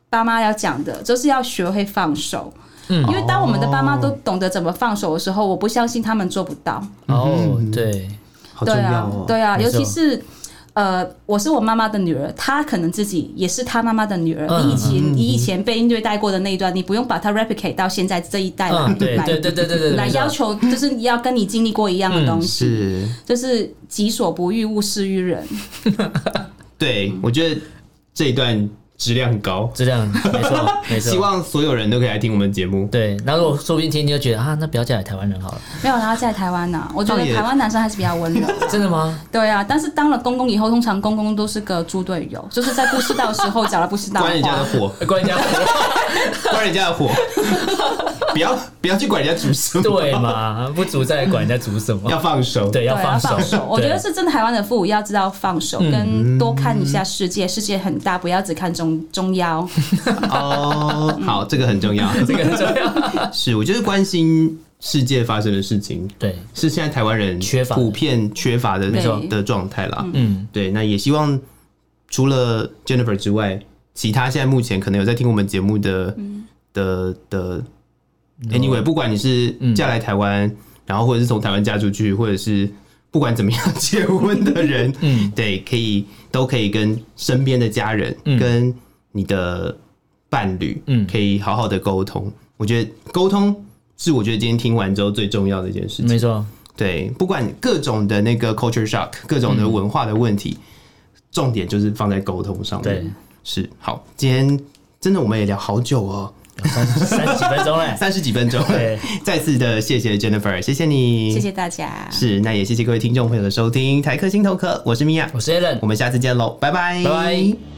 Speaker 1: 爸妈要讲的，就是要学会放手。
Speaker 2: 嗯
Speaker 1: 因为当我们的爸妈都懂得怎么放手的时候，我不相信他们做不到。
Speaker 2: 哦，对，
Speaker 3: 好
Speaker 1: 对
Speaker 3: 重要
Speaker 1: 啊
Speaker 3: 哦，，
Speaker 1: 对啊，
Speaker 2: 没
Speaker 1: 尤
Speaker 2: 错
Speaker 1: 其是。呃，我是我妈妈的女儿，她可能自己也是她妈妈的女儿。
Speaker 2: 嗯
Speaker 1: 你以前你以前被虐待过的那一段，你不用把它 replicate 到现在这一代来
Speaker 2: 嗯，对
Speaker 1: 来
Speaker 2: 对对对对对，
Speaker 1: 来
Speaker 2: 没错
Speaker 1: 要求，就是要跟你经历过一样的
Speaker 2: 嗯
Speaker 1: 东西。
Speaker 3: 是，
Speaker 1: 就是己所不欲，勿施于人。
Speaker 3: 对我觉得这一段质量很高，
Speaker 2: 质量没错没错，
Speaker 3: 希望所有人都可以来听我们节目。
Speaker 2: 对。那如果说不定听你就觉得啊，那不要嫁给台湾人好了，
Speaker 1: 没有，他在台湾呐、我觉得
Speaker 3: 倒也
Speaker 1: 台湾男生还是比较温柔。
Speaker 2: 真的吗？
Speaker 1: 对啊，但是当了公公以后，通常公公都是个猪队友，就是在不适当的时候讲了不适当
Speaker 3: 关
Speaker 1: 的
Speaker 3: 人家的
Speaker 1: 话。
Speaker 3: 火，
Speaker 2: 呃关人家
Speaker 3: 关人家的火，不要不要去管人家煮什么，
Speaker 2: 对嘛？不足在管人家足什
Speaker 3: 要
Speaker 2: 么，
Speaker 3: 放手。嗯
Speaker 2: 对，
Speaker 1: 对，
Speaker 2: 要
Speaker 1: 要
Speaker 2: 放
Speaker 1: 放手。我觉得
Speaker 2: 对
Speaker 1: 是真的，台湾的父母要知道放手，跟多看一下世界，世界很大，不要只看中中央。
Speaker 3: 嗯哦，好，这个很重要，
Speaker 2: 这个很重要。
Speaker 3: 是我觉得关心世界发生的事情，
Speaker 2: 对，
Speaker 3: 是现在台湾人
Speaker 2: 缺乏的
Speaker 3: 普遍缺乏的那种
Speaker 1: 对
Speaker 3: 的状态啦。
Speaker 2: 嗯，
Speaker 3: 对，那也希望除了 Jennifer 之外，其他现在目前可能有在听我们节目的、的的，anyway，不管你是嫁来台湾，然后或者是从台湾嫁出去，或者是不管怎么样结婚的人， 嗯，对，可以都可以跟身边的家人、跟你的伴侣，嗯，
Speaker 2: 嗯
Speaker 3: 可以好好的沟通。我觉得沟通是我觉得今天听完之后最重要的一件事情。
Speaker 2: 没错，
Speaker 3: 对，不管各种的那个 culture shock，各种的文化的问题，重点就是放在沟通上面。
Speaker 2: 对，
Speaker 3: 是好，今天真的我们也聊好久哦，
Speaker 2: 三三十几分钟 嘞，
Speaker 3: 三十几分钟。
Speaker 2: 对，
Speaker 3: 再次的谢谢 Jennifer，谢谢你，
Speaker 1: 谢。谢大家，
Speaker 3: 是，那也谢谢各位听众朋友的收听《台客心头壳》，我是米娅，
Speaker 2: 我是 Allen，
Speaker 3: 我们下次见喽，拜拜，
Speaker 2: 拜拜。